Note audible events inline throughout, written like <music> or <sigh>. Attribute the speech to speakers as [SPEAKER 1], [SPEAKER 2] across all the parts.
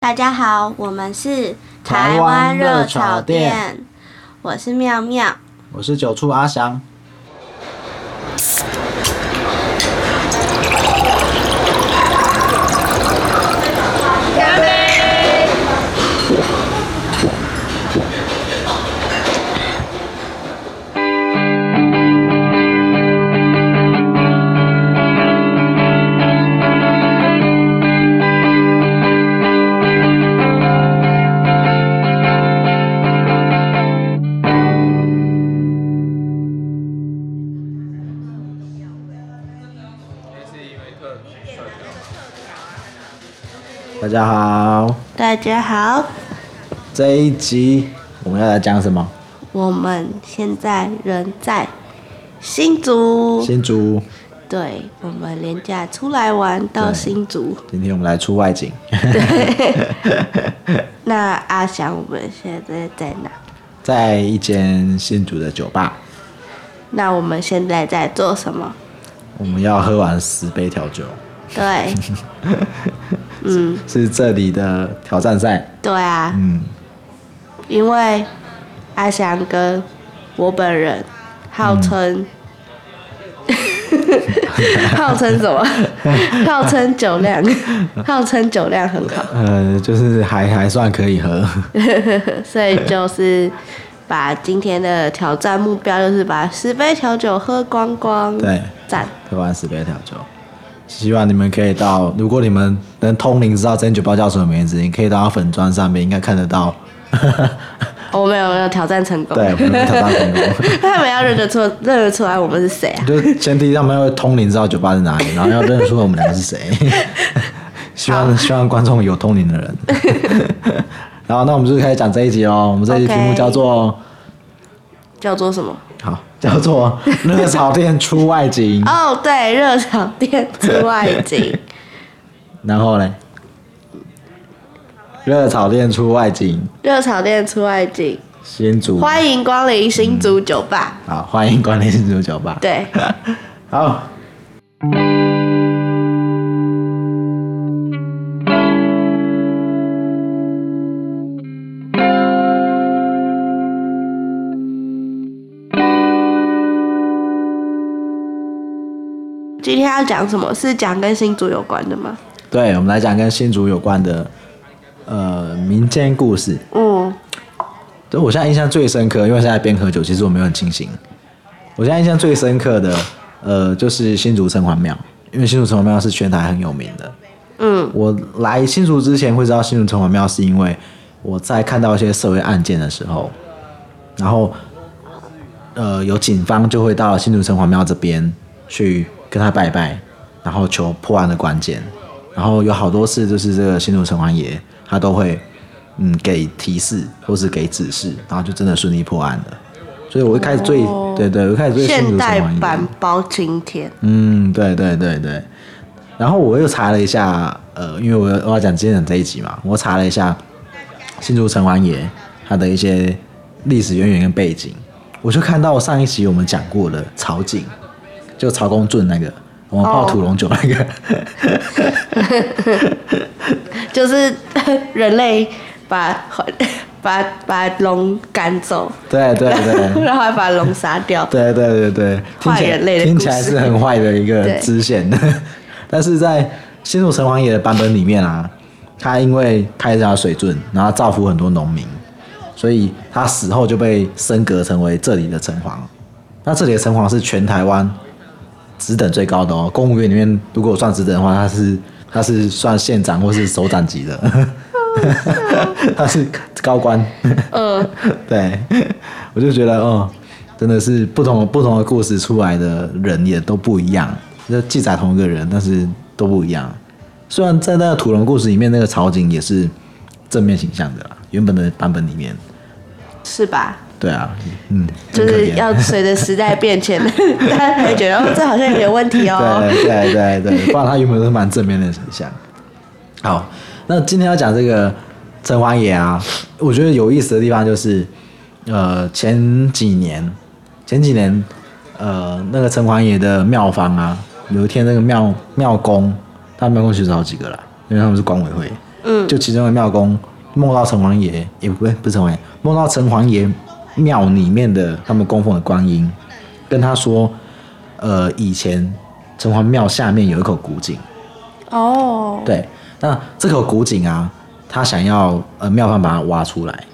[SPEAKER 1] 大家好，我们是
[SPEAKER 2] 台湾热炒
[SPEAKER 1] 台
[SPEAKER 2] 店
[SPEAKER 1] 湾热炒店，我是妙妙。
[SPEAKER 2] 我是九处阿翔。大家好，
[SPEAKER 1] 大家好，
[SPEAKER 2] 这一集我们要来讲什么？
[SPEAKER 1] 我们现在人在新竹，
[SPEAKER 2] 新竹，
[SPEAKER 1] 对，我们廉假出来玩到
[SPEAKER 2] 对
[SPEAKER 1] 新竹。
[SPEAKER 2] 今天我们来出外景。 <laughs>
[SPEAKER 1] 那阿翔，我们现在在哪？
[SPEAKER 2] 在一间新竹的酒吧，
[SPEAKER 1] 那我们现在在做什么？
[SPEAKER 2] 我们要喝完十杯调酒，
[SPEAKER 1] 对，
[SPEAKER 2] 是这里的挑战赛。
[SPEAKER 1] 对啊，
[SPEAKER 2] 嗯，
[SPEAKER 1] 因为阿翔跟我本人号称、
[SPEAKER 2] 嗯
[SPEAKER 1] <laughs> 号称
[SPEAKER 2] <laughs>
[SPEAKER 1] 什么？号称酒量，号称酒量很好，
[SPEAKER 2] 呃，就是还还算可以喝。 <laughs>
[SPEAKER 1] 所以就是把今天的挑战目标就是把十杯调酒喝光光。
[SPEAKER 2] 对，
[SPEAKER 1] 赞，
[SPEAKER 2] 喝完十杯调酒，希望你们可以到，如果你们能通灵知道这间酒吧叫什么名字，你可以到它粉砖上面应该看得到。 <laughs>
[SPEAKER 1] 我们哦有没有挑战成功？
[SPEAKER 2] 对，我们挑战成功。
[SPEAKER 1] <laughs> 他们要认得出认得出来我们是谁啊？
[SPEAKER 2] 就前提他们要通灵知道酒吧在哪里，然后要认出我们两个
[SPEAKER 1] <laughs>
[SPEAKER 2] 是谁。希望希望观众有通灵的人。
[SPEAKER 1] <laughs>
[SPEAKER 2] 然后，那我们就开始讲这一集哦。我们这一集
[SPEAKER 1] OK
[SPEAKER 2] 题目叫做
[SPEAKER 1] 叫做什么？
[SPEAKER 2] 好，
[SPEAKER 1] <laughs>
[SPEAKER 2] 叫做热炒店出外景。
[SPEAKER 1] 哦、对，热炒店之外
[SPEAKER 2] <laughs>
[SPEAKER 1] 景。
[SPEAKER 2] 然后嘞，热炒店出外景，
[SPEAKER 1] 热炒店出外景，
[SPEAKER 2] 新竹
[SPEAKER 1] 欢迎光临新竹酒吧。
[SPEAKER 2] 好，欢迎光临新竹酒吧。
[SPEAKER 1] 对，
[SPEAKER 2] <laughs> 好。
[SPEAKER 1] 今天要讲什么？是讲跟新竹有关的吗？
[SPEAKER 2] 对，我们来讲跟新竹有关的呃民间故事。
[SPEAKER 1] 嗯，
[SPEAKER 2] 对，我现在印象最深刻，因为我现在边喝酒，其实我没有很清醒。我现在印象最深刻的，呃，就是新竹城隍庙，因为新竹城隍庙是全台很有名的。
[SPEAKER 1] 嗯，
[SPEAKER 2] 我来新竹之前会知道新竹城隍庙，是因为我在看到一些社会案件的时候，然后呃，有警方就会到新竹城隍庙这边去跟他拜拜，然后求破案的关键。然后有好多次就是这个新竹城隍爷他都会嗯给提示或是给指示，然后就真的顺利破案了。所以我一开始最、
[SPEAKER 1] 哦
[SPEAKER 2] 对对，我一开始最新
[SPEAKER 1] 现
[SPEAKER 2] 竹城
[SPEAKER 1] 代
[SPEAKER 2] 隍爷
[SPEAKER 1] 版包青天。
[SPEAKER 2] 嗯，对对对对。然后我又查了一下，呃，因为我我要讲今天的这一集嘛，我查了一下新竹城隍爷他的一些历史渊源跟背景，我就看到上一集我们讲过的曹景，就曹公圳那个，我们泡
[SPEAKER 1] 哦
[SPEAKER 2] 土龙酒那个， <laughs>
[SPEAKER 1] 就是 <laughs> 人类把把把龙赶走，
[SPEAKER 2] 对对对。
[SPEAKER 1] 然后还把龙杀掉。
[SPEAKER 2] 对对对对，听起
[SPEAKER 1] 坏人类的
[SPEAKER 2] 来听起来
[SPEAKER 1] 故事
[SPEAKER 2] 是很坏的一个
[SPEAKER 1] 对
[SPEAKER 2] 支线， <laughs> 但是在新竹城隍爷的版本里面啊，他因为开闸水圳，然后造福很多农民，所以他死后就被升格成为这里的城隍。那这里的城隍是全台湾职等最高的哦，公务员里面如果算职等的话，他是他是算县长或是首长级的， <laughs> 他是高官。
[SPEAKER 1] 嗯，
[SPEAKER 2] <laughs> 对，我就觉得哦，真的是不同不同的故事出来的人也都不一样，就记载同一个人，但是都不一样。虽然在那个土龙故事里面，那个曹景也是正面形象的啦，原本的版本里面，
[SPEAKER 1] 是吧？
[SPEAKER 2] 对啊，嗯，
[SPEAKER 1] 就
[SPEAKER 2] 很可
[SPEAKER 1] 是
[SPEAKER 2] 怜
[SPEAKER 1] 要随着时代变
[SPEAKER 2] <laughs>
[SPEAKER 1] 迁，大家才觉得哦，这好像有点问题哦。
[SPEAKER 2] 对对对对，不然他原本是蛮正面的形象。好，那今天要讲这个城隍爷啊，我觉得有意思的地方就是，呃，前几年，前几年，呃，那个城隍爷的庙方啊，有一天那个庙庙公，他庙公其实好几个啦，因为他们是管委会，嗯，就其中的庙公梦到城隍爷，也不不是城隍爷，梦到城隍爷庙里面的他们供奉的观音，跟他说，呃，以前城隍庙下面有一口古井，
[SPEAKER 1] 哦，
[SPEAKER 2] 对，那这口古井啊，他想要呃庙方把它挖出来，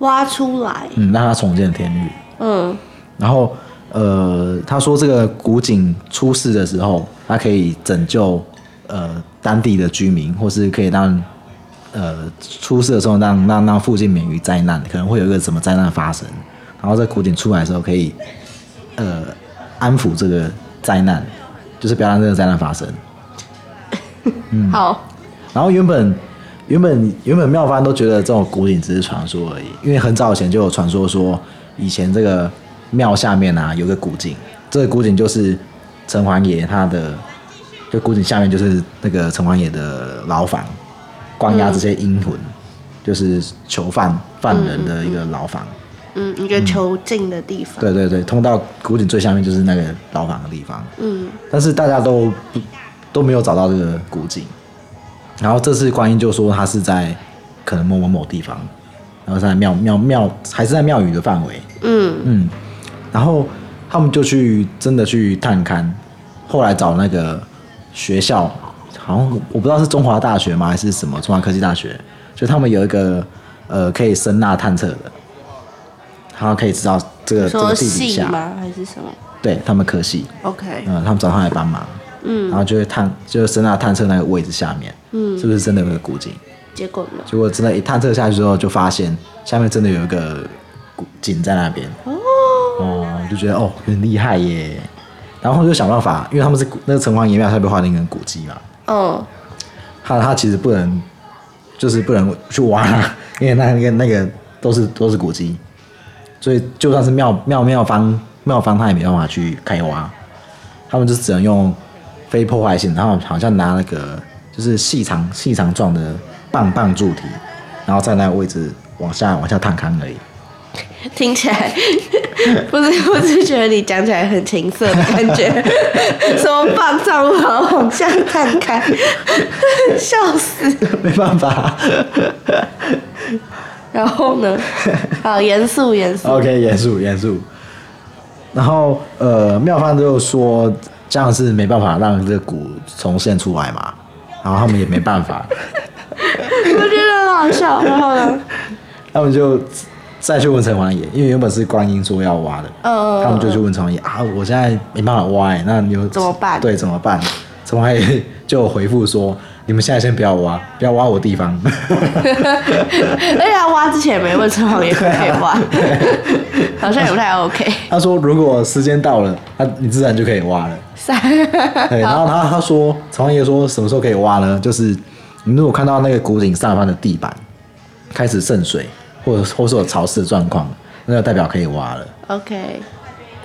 [SPEAKER 1] 挖出来，
[SPEAKER 2] 嗯，让它重见天日。
[SPEAKER 1] 嗯，
[SPEAKER 2] 然后呃，他说这个古井出事的时候，它可以拯救呃当地的居民，或是可以让呃出事的时候让让让附近免于灾难，可能会有一个什么灾难发生。然后这古井出来的时候，可以呃安抚这个灾难，就是不要让这个灾难发生。
[SPEAKER 1] 嗯好，
[SPEAKER 2] 然后原本原本原本妙方都觉得这种古井只是传说而已，因为很早以前就有传说说，以前这个庙下面啊有个古井，这个古井就是城隍爷他的，就古井下面就是那个城隍爷的牢房，关押这些阴魂，就是囚犯犯人的一个牢房。
[SPEAKER 1] 嗯，一个囚禁的地方，
[SPEAKER 2] 对对对，通到古井最下面就是那个牢房的地方。
[SPEAKER 1] 嗯，
[SPEAKER 2] 但是大家都不都没有找到这个古井。然后这次观音就说他是在可能某某某地方，然后在庙庙庙还是在庙宇的范围，
[SPEAKER 1] 嗯，
[SPEAKER 2] 嗯，然后他们就去真的去探勘，后来找那个学校，好像我不知道是中华大学吗还是什么中华科技大学，就他们有一个呃可以声纳探测的，他可以知道这个这
[SPEAKER 1] 说
[SPEAKER 2] 个地底
[SPEAKER 1] 戏
[SPEAKER 2] 下，
[SPEAKER 1] 吗？还是什么
[SPEAKER 2] 对他们科系，
[SPEAKER 1] ？OK，
[SPEAKER 2] 嗯，他们找他来帮忙，
[SPEAKER 1] 嗯
[SPEAKER 2] 然后就会探，就是声纳探测那个位置下面，嗯，是不是真的有个古井？
[SPEAKER 1] 结果呢？
[SPEAKER 2] 结果真的，一探测下去之后，就发现下面真的有一个古井在那边，
[SPEAKER 1] 哦，
[SPEAKER 2] 哦，就觉得哦很厉害耶。然后就想办法，因为他们是古那个城隍爷庙下被划定成古迹嘛，
[SPEAKER 1] 嗯，
[SPEAKER 2] 他他其实不能，就是不能去挖，因为那个那个都是都是古迹，所以就算是庙庙庙方庙方他也没办法去开挖，他们就只能用非破坏性，然后好像拿那个就是细长细长状的棒棒柱体，然后在那个位置往下往下探勘而已。 <laughs>
[SPEAKER 1] 听起来不是，我只是觉得你讲起来很情色的感
[SPEAKER 2] <laughs>
[SPEAKER 1] 觉，什么棒棒毛往下探开， <laughs> 笑死。
[SPEAKER 2] 没办法
[SPEAKER 1] 然后
[SPEAKER 2] <laughs>
[SPEAKER 1] 呢？好严肃严肃，
[SPEAKER 2] ，OK，严肃严肃。然后呃，妙方就说这样是没办法让这个鼓重现出来嘛，然后他们也没办
[SPEAKER 1] <laughs>
[SPEAKER 2] 法，
[SPEAKER 1] 我觉得很好笑。然后
[SPEAKER 2] <laughs>
[SPEAKER 1] 呢？
[SPEAKER 2] 他们就再去问城隍爷，因为原本是观音说要挖的，
[SPEAKER 1] 嗯
[SPEAKER 2] 他们就去问城隍爷啊，我现在没办法挖、欸，那你有
[SPEAKER 1] 怎么办
[SPEAKER 2] 对，怎么办？城隍爷就有回复说，你们现在先不要挖，不要挖我地方。 <laughs>
[SPEAKER 1] 而且他挖之前也没问陈浩也可不可以挖，
[SPEAKER 2] 啊
[SPEAKER 1] 好像也不太
[SPEAKER 2] <laughs>
[SPEAKER 1] OK。
[SPEAKER 2] 他说如果时间到了，他你自然就可以挖了。
[SPEAKER 1] 三，
[SPEAKER 2] <laughs> 对，然后他他说，陈王爷说什么时候可以挖呢？就是你如果看到那个古井上方的地板开始渗水，或者或是有潮湿的状况，那就代表可以挖了。
[SPEAKER 1] OK，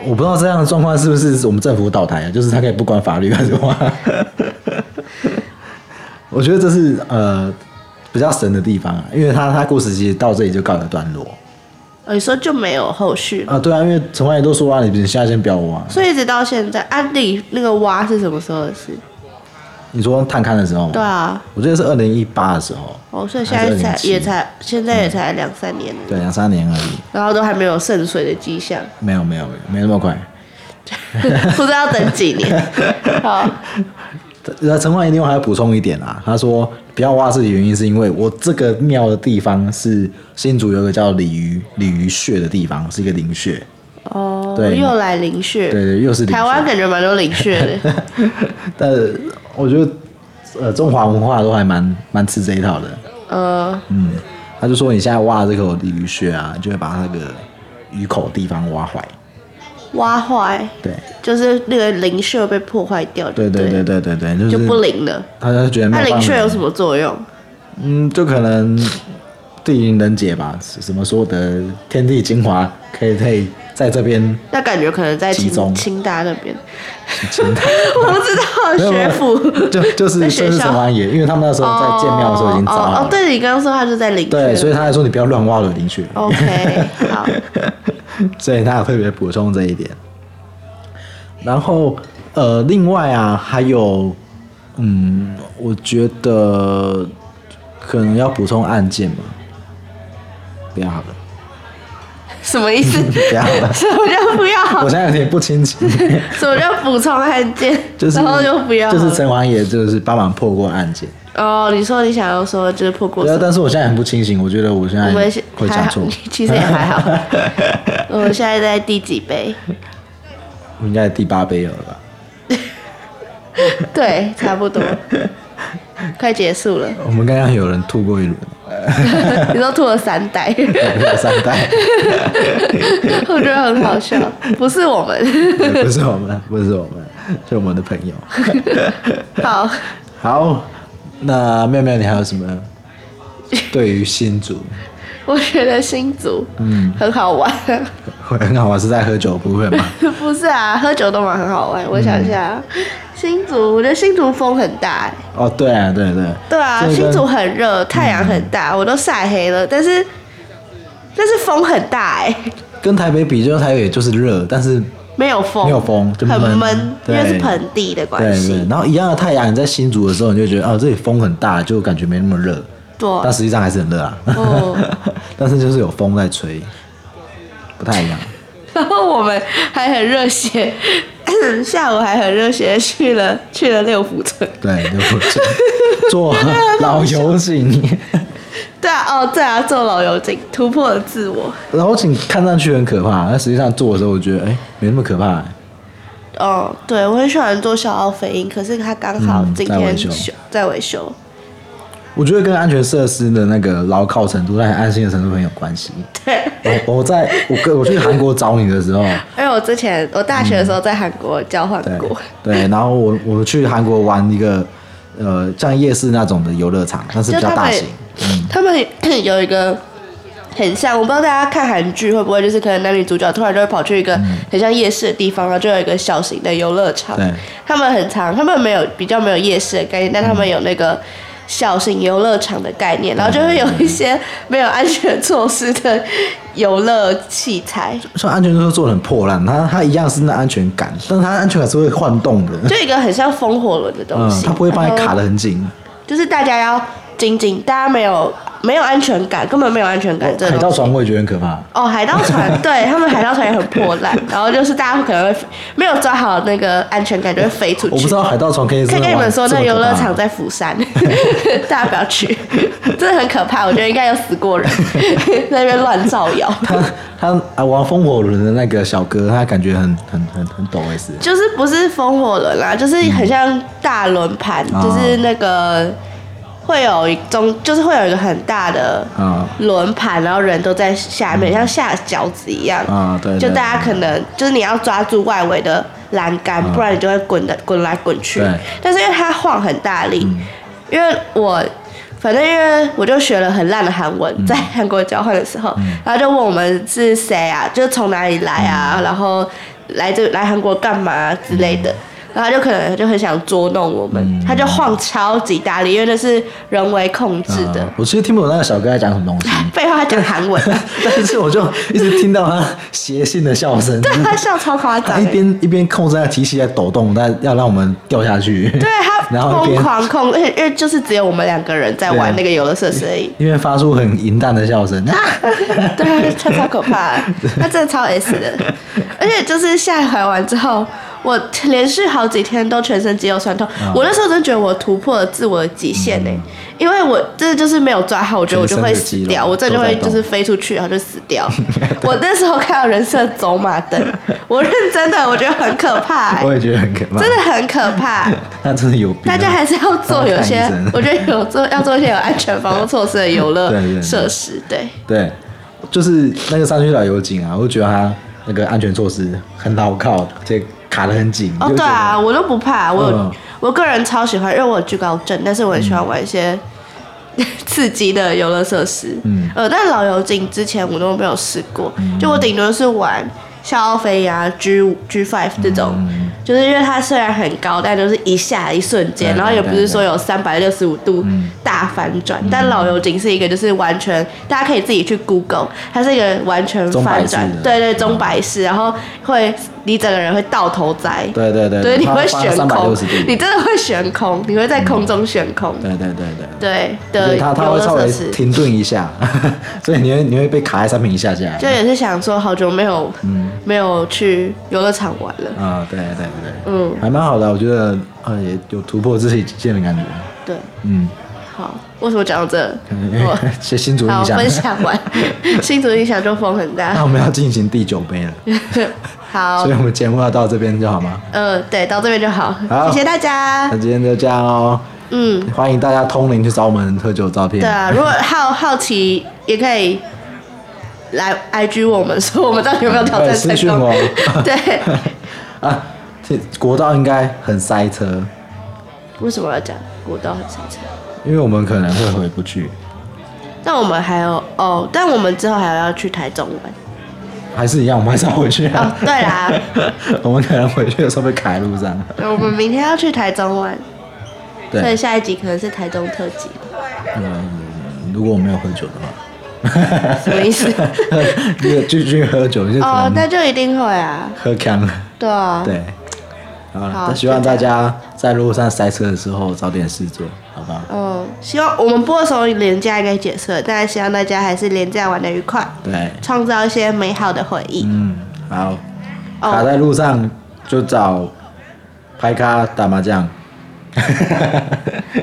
[SPEAKER 2] 我不知道这样的状况是不是我们政府倒台啊？就是他可以不管法律开始挖。 <laughs> 我觉得这是呃比较神的地方啊，因为他他故事其实到这里就告一个段落
[SPEAKER 1] 哦你说就没有后续了，
[SPEAKER 2] 啊。对啊，因为陈王爷都说啊，你你现在先不要挖。
[SPEAKER 1] 所以一直到现在，安利那个挖是什么时候的事？
[SPEAKER 2] 你说探勘的时候吗？
[SPEAKER 1] 对啊，
[SPEAKER 2] 我记得是二零一八的时候，
[SPEAKER 1] 哦，所以现在
[SPEAKER 2] 还
[SPEAKER 1] 才
[SPEAKER 2] 是2007
[SPEAKER 1] 也才现在也才两三年，
[SPEAKER 2] 对，两三年而已。
[SPEAKER 1] 然后都还没有渗水的迹象， <laughs>
[SPEAKER 2] 没有没有没有没那么快。
[SPEAKER 1] 不知道要等几
[SPEAKER 2] <laughs>
[SPEAKER 1] 年。好，
[SPEAKER 2] 呃，陈焕一另外还要补充一点啊，他说不要挖自己的原因是因为我这个庙的地方是新竹有一个叫鲤鱼鲤鱼穴的地方，是一个灵穴。
[SPEAKER 1] 哦，
[SPEAKER 2] 对
[SPEAKER 1] 又来淋血，
[SPEAKER 2] 对对，又是灵
[SPEAKER 1] 台湾
[SPEAKER 2] 穴。
[SPEAKER 1] 感觉蛮多淋血的，
[SPEAKER 2] 但我觉得呃中华文化都还蛮蛮吃这一套的。
[SPEAKER 1] 呃，
[SPEAKER 2] 嗯，他就说你现在挖的这口鲤鱼穴啊，就会把那个鱼口地方挖坏。
[SPEAKER 1] 挖坏
[SPEAKER 2] 对
[SPEAKER 1] 欸就是那个淋血被破坏掉就
[SPEAKER 2] 对
[SPEAKER 1] 对
[SPEAKER 2] 对对
[SPEAKER 1] 了，
[SPEAKER 2] 对对对，就是
[SPEAKER 1] 就不灵了。
[SPEAKER 2] 他就觉得
[SPEAKER 1] 那
[SPEAKER 2] 庙
[SPEAKER 1] 淋
[SPEAKER 2] 方
[SPEAKER 1] 血有
[SPEAKER 2] 人
[SPEAKER 1] 什么作用？
[SPEAKER 2] 嗯，就可能地灵人杰吧，什么说的天地精华可以可以在这边
[SPEAKER 1] 那感觉可能在
[SPEAKER 2] 集
[SPEAKER 1] 清
[SPEAKER 2] 中
[SPEAKER 1] 清大那边，
[SPEAKER 2] 清谈。
[SPEAKER 1] <laughs> 我不知道
[SPEAKER 2] 没有
[SPEAKER 1] 学府
[SPEAKER 2] 就就是
[SPEAKER 1] 在
[SPEAKER 2] 就
[SPEAKER 1] 学
[SPEAKER 2] 是
[SPEAKER 1] 校
[SPEAKER 2] 陈王爷，因为他们那时候在建庙的时候已经找好了，
[SPEAKER 1] 哦哦哦哦，对你刚刚说他就在淋血，
[SPEAKER 2] 对所以他还说你不要乱挖我的灵穴，
[SPEAKER 1] 哦 OK 好，
[SPEAKER 2] <laughs> 所以他有特别补充这一点。然后呃，另外啊，还有嗯，我觉得可能要补充案件嘛？不要好了，
[SPEAKER 1] 什么意思？
[SPEAKER 2] 不要
[SPEAKER 1] <laughs>
[SPEAKER 2] 了，
[SPEAKER 1] 什么叫不
[SPEAKER 2] <laughs>
[SPEAKER 1] 要？
[SPEAKER 2] 我现在有点不清楚，
[SPEAKER 1] 什么叫补充案件？
[SPEAKER 2] 就是
[SPEAKER 1] 然后就不要了。
[SPEAKER 2] 就是陈王爷就是帮忙破过案件，
[SPEAKER 1] 哦，你说你想要说就是破过
[SPEAKER 2] 对
[SPEAKER 1] 什
[SPEAKER 2] 啊，
[SPEAKER 1] 么？
[SPEAKER 2] 但是我现在很不清醒，我觉得我现在
[SPEAKER 1] 我们是
[SPEAKER 2] 会
[SPEAKER 1] 还
[SPEAKER 2] 讲
[SPEAKER 1] 好
[SPEAKER 2] 错，，
[SPEAKER 1] <laughs> 其实也还好。我们现在在第几杯？
[SPEAKER 2] 我 <laughs> 应该第八杯有了吧？
[SPEAKER 1] 对，差不
[SPEAKER 2] <laughs>
[SPEAKER 1] 多，快结束了。
[SPEAKER 2] 我们刚刚有人吐过 <laughs> 一轮，
[SPEAKER 1] 你都吐了三
[SPEAKER 2] <laughs>
[SPEAKER 1] 袋，
[SPEAKER 2] 有三袋，
[SPEAKER 1] 我觉得很好笑。不是我们，
[SPEAKER 2] 不是我们，不是我们，是我们的朋友。
[SPEAKER 1] 好，
[SPEAKER 2] 好，那妙妙，你还有什么对于新竹
[SPEAKER 1] 我觉得新竹
[SPEAKER 2] 嗯
[SPEAKER 1] 很好玩。
[SPEAKER 2] 会很好玩？是在喝酒的部分吗？
[SPEAKER 1] <laughs> 不是啊，喝酒都蛮很好
[SPEAKER 2] 嗯
[SPEAKER 1] 玩。我想一下啊，新竹，我觉得新竹风很大、欸。
[SPEAKER 2] 哦，对啊，对对嗯
[SPEAKER 1] 对啊，
[SPEAKER 2] 这个
[SPEAKER 1] 新竹很热，太阳很大，我都晒黑了，但是但是风很大哎、
[SPEAKER 2] 跟台北比，就是台北就是热，但是
[SPEAKER 1] <laughs> 没有风，
[SPEAKER 2] 没有风就
[SPEAKER 1] 很
[SPEAKER 2] 闷
[SPEAKER 1] 闷，因
[SPEAKER 2] 对
[SPEAKER 1] 为是盆地的关
[SPEAKER 2] 对对
[SPEAKER 1] 系，。
[SPEAKER 2] 然后一样的太阳，你在新竹的时候，你就觉得哦，这里风很大，就感觉没那么热，
[SPEAKER 1] 对，
[SPEAKER 2] 但实际上还是很热啊。
[SPEAKER 1] 哦
[SPEAKER 2] <laughs> 但是就是有风在吹，不太一样。
[SPEAKER 1] 然后我们还很热血， <coughs> 下午还很热血去了去了六福村。
[SPEAKER 2] 对，就不错做老油
[SPEAKER 1] <laughs>
[SPEAKER 2] 井，
[SPEAKER 1] 对啊，哦对啊，做老油精，突破了自我。
[SPEAKER 2] 老油井看上去很可怕，但实际上做的时候，我觉得哎、没那么可怕、
[SPEAKER 1] 哦，对，我很喜欢做小奥飞鹰，可是它刚好
[SPEAKER 2] 嗯
[SPEAKER 1] 今
[SPEAKER 2] 在维
[SPEAKER 1] 天
[SPEAKER 2] 修
[SPEAKER 1] 修在维修。
[SPEAKER 2] 我觉得跟安全设施的那个牢靠程度、和安心的程度很有关系。
[SPEAKER 1] <laughs> 对，
[SPEAKER 2] 我我在我跟我去韩国找你的时候，
[SPEAKER 1] 因为我之前我大学的时候在韩国交换
[SPEAKER 2] 嗯对
[SPEAKER 1] 过。
[SPEAKER 2] 对，然后我我去韩国玩一个呃像夜市那种的游乐场，但是
[SPEAKER 1] 就
[SPEAKER 2] 比较
[SPEAKER 1] 他
[SPEAKER 2] 大
[SPEAKER 1] 们
[SPEAKER 2] 型。
[SPEAKER 1] <laughs> 他们有一个很像，我不知道大家看韩剧会不会，就是可能男女主角突然就会跑去一个很像夜市的地方，然后就有一个小型的游乐场
[SPEAKER 2] 嗯对。
[SPEAKER 1] 他们很长，他们没有比较没有夜市的概念，但他
[SPEAKER 2] 嗯
[SPEAKER 1] 们有那个。小型游乐场的概念，然后就会有
[SPEAKER 2] 嗯
[SPEAKER 1] 一些没有安全措施的游乐器材，
[SPEAKER 2] 像安全措施做的很破烂，它它一样是那安全感，但是它安全感是会晃动的，
[SPEAKER 1] 就一个很像风火轮的东
[SPEAKER 2] 嗯，
[SPEAKER 1] 西。呃
[SPEAKER 2] 它不会把你
[SPEAKER 1] 然后
[SPEAKER 2] 卡得很紧。
[SPEAKER 1] 就是大家要紧紧，大家没有没有安全感，根本没有安全感。这个
[SPEAKER 2] 海
[SPEAKER 1] 东西
[SPEAKER 2] 盗船我也觉得很可怕，
[SPEAKER 1] 哦，海盗船，
[SPEAKER 2] <laughs>
[SPEAKER 1] 对他们海盗船也很破烂，然后就是大家可能会没有抓好那个安全感，就会飞出去。
[SPEAKER 2] 我不知道海盗船可以这
[SPEAKER 1] 可
[SPEAKER 2] 么
[SPEAKER 1] 以
[SPEAKER 2] 玩。
[SPEAKER 1] 跟你们说，
[SPEAKER 2] 这
[SPEAKER 1] 那
[SPEAKER 2] 么
[SPEAKER 1] 游乐
[SPEAKER 2] 可怕
[SPEAKER 1] 场在釜山， <laughs> 大家不要去， <laughs> 真的很可怕。我觉得应该有死过人， <laughs> 在那边乱造谣，
[SPEAKER 2] <laughs> 他他啊玩风火轮的那个小哥，他感觉很很很很懂 S，
[SPEAKER 1] 就是不是风火轮啦，就是很像大轮盘，
[SPEAKER 2] 哦
[SPEAKER 1] 就是那个会有一中，就是会有一个很大的
[SPEAKER 2] 啊
[SPEAKER 1] 轮盘，然后人都在下面，像下饺子一样。
[SPEAKER 2] 啊嗯对，
[SPEAKER 1] 就
[SPEAKER 2] 对
[SPEAKER 1] 大家可能就是你要抓住外围的栏杆，
[SPEAKER 2] 嗯
[SPEAKER 1] 不然你就会滚的滚来滚去
[SPEAKER 2] 对。嗯
[SPEAKER 1] 但是因为它晃很大力，因为我反正因为我就学了很烂的韩
[SPEAKER 2] 嗯
[SPEAKER 1] 文，在韩国交换的时候，然后就问我们是谁啊，就是从哪里来啊，
[SPEAKER 2] 嗯
[SPEAKER 1] 然后来这来韩国干嘛、之类的。然后他就可能就很想捉弄我们，
[SPEAKER 2] 嗯
[SPEAKER 1] 他就晃超级大力，因为那是人为控制的。
[SPEAKER 2] 啊我其实听不懂那个小哥在讲什么
[SPEAKER 1] <laughs>
[SPEAKER 2] 东西，
[SPEAKER 1] 废话，他讲韩文，啊
[SPEAKER 2] <laughs> 但是我就一直听到他邪性的笑声，
[SPEAKER 1] 对他笑超夸张欸
[SPEAKER 2] 他
[SPEAKER 1] 的。
[SPEAKER 2] 一边一边控制那个机器在抖动，但要让我们掉下去。
[SPEAKER 1] 对
[SPEAKER 2] <laughs> 然
[SPEAKER 1] 他
[SPEAKER 2] 后一
[SPEAKER 1] 疯
[SPEAKER 2] 边啊
[SPEAKER 1] 狂控，而且因为就是只有我们两个人在玩那个游乐设施而已。
[SPEAKER 2] 一边发出很淫荡的笑声，啊
[SPEAKER 1] <laughs> 对，他超可
[SPEAKER 2] <laughs>
[SPEAKER 1] 怕的，他真的超 S 的。而且就是下海完之后，我连续好几天都全身肌肉酸痛。
[SPEAKER 2] 嗯
[SPEAKER 1] 我那时候真的觉得我突破了自我的极限呢、欸因为我真的就是没有抓好，我觉得我就会死
[SPEAKER 2] 全身的肌
[SPEAKER 1] 掉，
[SPEAKER 2] 肉
[SPEAKER 1] 我真的就会
[SPEAKER 2] 都在
[SPEAKER 1] 就
[SPEAKER 2] 动
[SPEAKER 1] 是飞出去然后就死掉。我那时候看到人设走马灯，我认真的，我觉得很可怕、欸
[SPEAKER 2] 我，也觉得很可怕，
[SPEAKER 1] 真的很可怕。
[SPEAKER 2] <laughs> 他真的有病。
[SPEAKER 1] 大
[SPEAKER 2] 啊
[SPEAKER 1] 家还是要做有些
[SPEAKER 2] 要看医生，
[SPEAKER 1] 我觉得有做要做一些有安全防护措施的
[SPEAKER 2] <laughs>
[SPEAKER 1] 游乐
[SPEAKER 2] 对对对
[SPEAKER 1] 设施，对，
[SPEAKER 2] 对，就是那个山区老油井啊，我就觉得他那个安全措施很牢靠，且卡得很紧。
[SPEAKER 1] 哦
[SPEAKER 2] 就觉
[SPEAKER 1] 对
[SPEAKER 2] 得
[SPEAKER 1] 啊，我都不怕，我有、
[SPEAKER 2] 嗯
[SPEAKER 1] 我个人超喜欢，因为我有惧高症，但是我很喜欢玩一些、
[SPEAKER 2] 嗯
[SPEAKER 1] <laughs> 刺激的游乐设施，嗯，呃，但老油井之前我都没有试过，
[SPEAKER 2] 嗯
[SPEAKER 1] 就我顶多是玩。消费呀、G G Five 这种，
[SPEAKER 2] 嗯
[SPEAKER 1] 就是因为它虽然很高，但就是一下一瞬间，
[SPEAKER 2] 对
[SPEAKER 1] 然后也不是
[SPEAKER 2] 对对嗯
[SPEAKER 1] 说有三百六十五度大反转。但老油井是一个，就是完全大家可以自己去 Google，它是一个完全
[SPEAKER 2] 中
[SPEAKER 1] 翻
[SPEAKER 2] 摆式
[SPEAKER 1] 转，
[SPEAKER 2] 的
[SPEAKER 1] 对对，中摆式，然后会你整个人会倒头栽。
[SPEAKER 2] 对对对
[SPEAKER 1] 对，你
[SPEAKER 2] 它
[SPEAKER 1] 会
[SPEAKER 2] 翻
[SPEAKER 1] 悬空
[SPEAKER 2] 360度，嗯
[SPEAKER 1] 你真的会悬空，你会在空中悬空。
[SPEAKER 2] 对对对对。
[SPEAKER 1] 对
[SPEAKER 2] 所
[SPEAKER 1] 的
[SPEAKER 2] 以它它
[SPEAKER 1] 游
[SPEAKER 2] 会
[SPEAKER 1] 乐
[SPEAKER 2] 稍
[SPEAKER 1] 设
[SPEAKER 2] 微
[SPEAKER 1] 施，
[SPEAKER 2] 停顿一下， <laughs> 所以你会你会被卡在三屏下下。
[SPEAKER 1] 就也是想说好久没有、
[SPEAKER 2] 嗯
[SPEAKER 1] 没有去游乐场玩了。
[SPEAKER 2] 啊、对对对，
[SPEAKER 1] 嗯，
[SPEAKER 2] 还蛮好的，我觉得呃也有突破自己极限的感觉。
[SPEAKER 1] 对，
[SPEAKER 2] 嗯，
[SPEAKER 1] 好，为什么讲到这？
[SPEAKER 2] 因为
[SPEAKER 1] 我
[SPEAKER 2] 是嗯 <laughs> 新竹
[SPEAKER 1] 好
[SPEAKER 2] 印象。啊
[SPEAKER 1] 分享
[SPEAKER 2] <laughs>
[SPEAKER 1] 完，新竹印象就风很
[SPEAKER 2] 那
[SPEAKER 1] 大。
[SPEAKER 2] 我们要进行第九杯了，
[SPEAKER 1] <laughs> 好
[SPEAKER 2] 所以，我们节目要到这边就好吗？
[SPEAKER 1] 呃，对，到这边就好，
[SPEAKER 2] 好
[SPEAKER 1] 谢谢大家
[SPEAKER 2] 那。今天就这样哦，
[SPEAKER 1] 嗯，
[SPEAKER 2] 欢迎大家通灵去找我们喝酒的照片。
[SPEAKER 1] 对啊，如果好好奇也可以来 IG 问我们说我们到底有没有挑战
[SPEAKER 2] 哎对私
[SPEAKER 1] 成
[SPEAKER 2] 讯
[SPEAKER 1] 功
[SPEAKER 2] 我。
[SPEAKER 1] <laughs> 对，
[SPEAKER 2] <laughs> 啊，这国道应该很塞车，
[SPEAKER 1] 为什么要讲古道很塞车？
[SPEAKER 2] 因为我们可能会回不去，
[SPEAKER 1] 但我们还有哦，但我们之后还要去台中玩。
[SPEAKER 2] 还是一样，我们还是要回去、啊
[SPEAKER 1] 哦对啦，
[SPEAKER 2] <laughs> 我们可能回去的时候被卡在路上。
[SPEAKER 1] 对我们明天要去台中玩，所以
[SPEAKER 2] 对，
[SPEAKER 1] 下一集可能是台中特辑，
[SPEAKER 2] 如果我没有喝酒的话， <laughs>
[SPEAKER 1] 什么意思？
[SPEAKER 2] 你继续喝酒就可
[SPEAKER 1] 哦，那
[SPEAKER 2] 能
[SPEAKER 1] 就一定会啊，
[SPEAKER 2] 喝呛了。
[SPEAKER 1] 对啊，
[SPEAKER 2] 对，好了，
[SPEAKER 1] 好
[SPEAKER 2] 那希望
[SPEAKER 1] 就这样
[SPEAKER 2] 大家在路上塞车的时候找点事做，好不好？
[SPEAKER 1] 嗯，希望我们播的时候廉价应该结束了，但希望大家还是廉价玩的愉快，
[SPEAKER 2] 对，
[SPEAKER 1] 创造一些美好的回忆。
[SPEAKER 2] 嗯，好，
[SPEAKER 1] 哦
[SPEAKER 2] 卡在路上就找拍咖打麻将。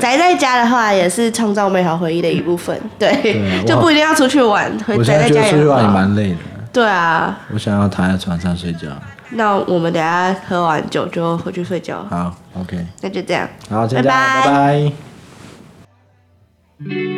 [SPEAKER 1] 宅在家的话，也是创造美好回忆的一部
[SPEAKER 2] <laughs>
[SPEAKER 1] 分，对
[SPEAKER 2] 对，
[SPEAKER 1] 就不一定要出去玩，回
[SPEAKER 2] 我现
[SPEAKER 1] 宅在
[SPEAKER 2] 在觉
[SPEAKER 1] 家哦
[SPEAKER 2] 得
[SPEAKER 1] 也
[SPEAKER 2] 出去
[SPEAKER 1] 很
[SPEAKER 2] 玩也
[SPEAKER 1] 好。
[SPEAKER 2] 蛮累的，
[SPEAKER 1] 对啊，
[SPEAKER 2] 我想要躺在床上睡觉。
[SPEAKER 1] 那我们等一下喝完酒就回去睡觉，
[SPEAKER 2] 好，OK，
[SPEAKER 1] 那就这样，
[SPEAKER 2] 好，
[SPEAKER 1] 拜
[SPEAKER 2] 先这样，拜
[SPEAKER 1] 拜。
[SPEAKER 2] 拜。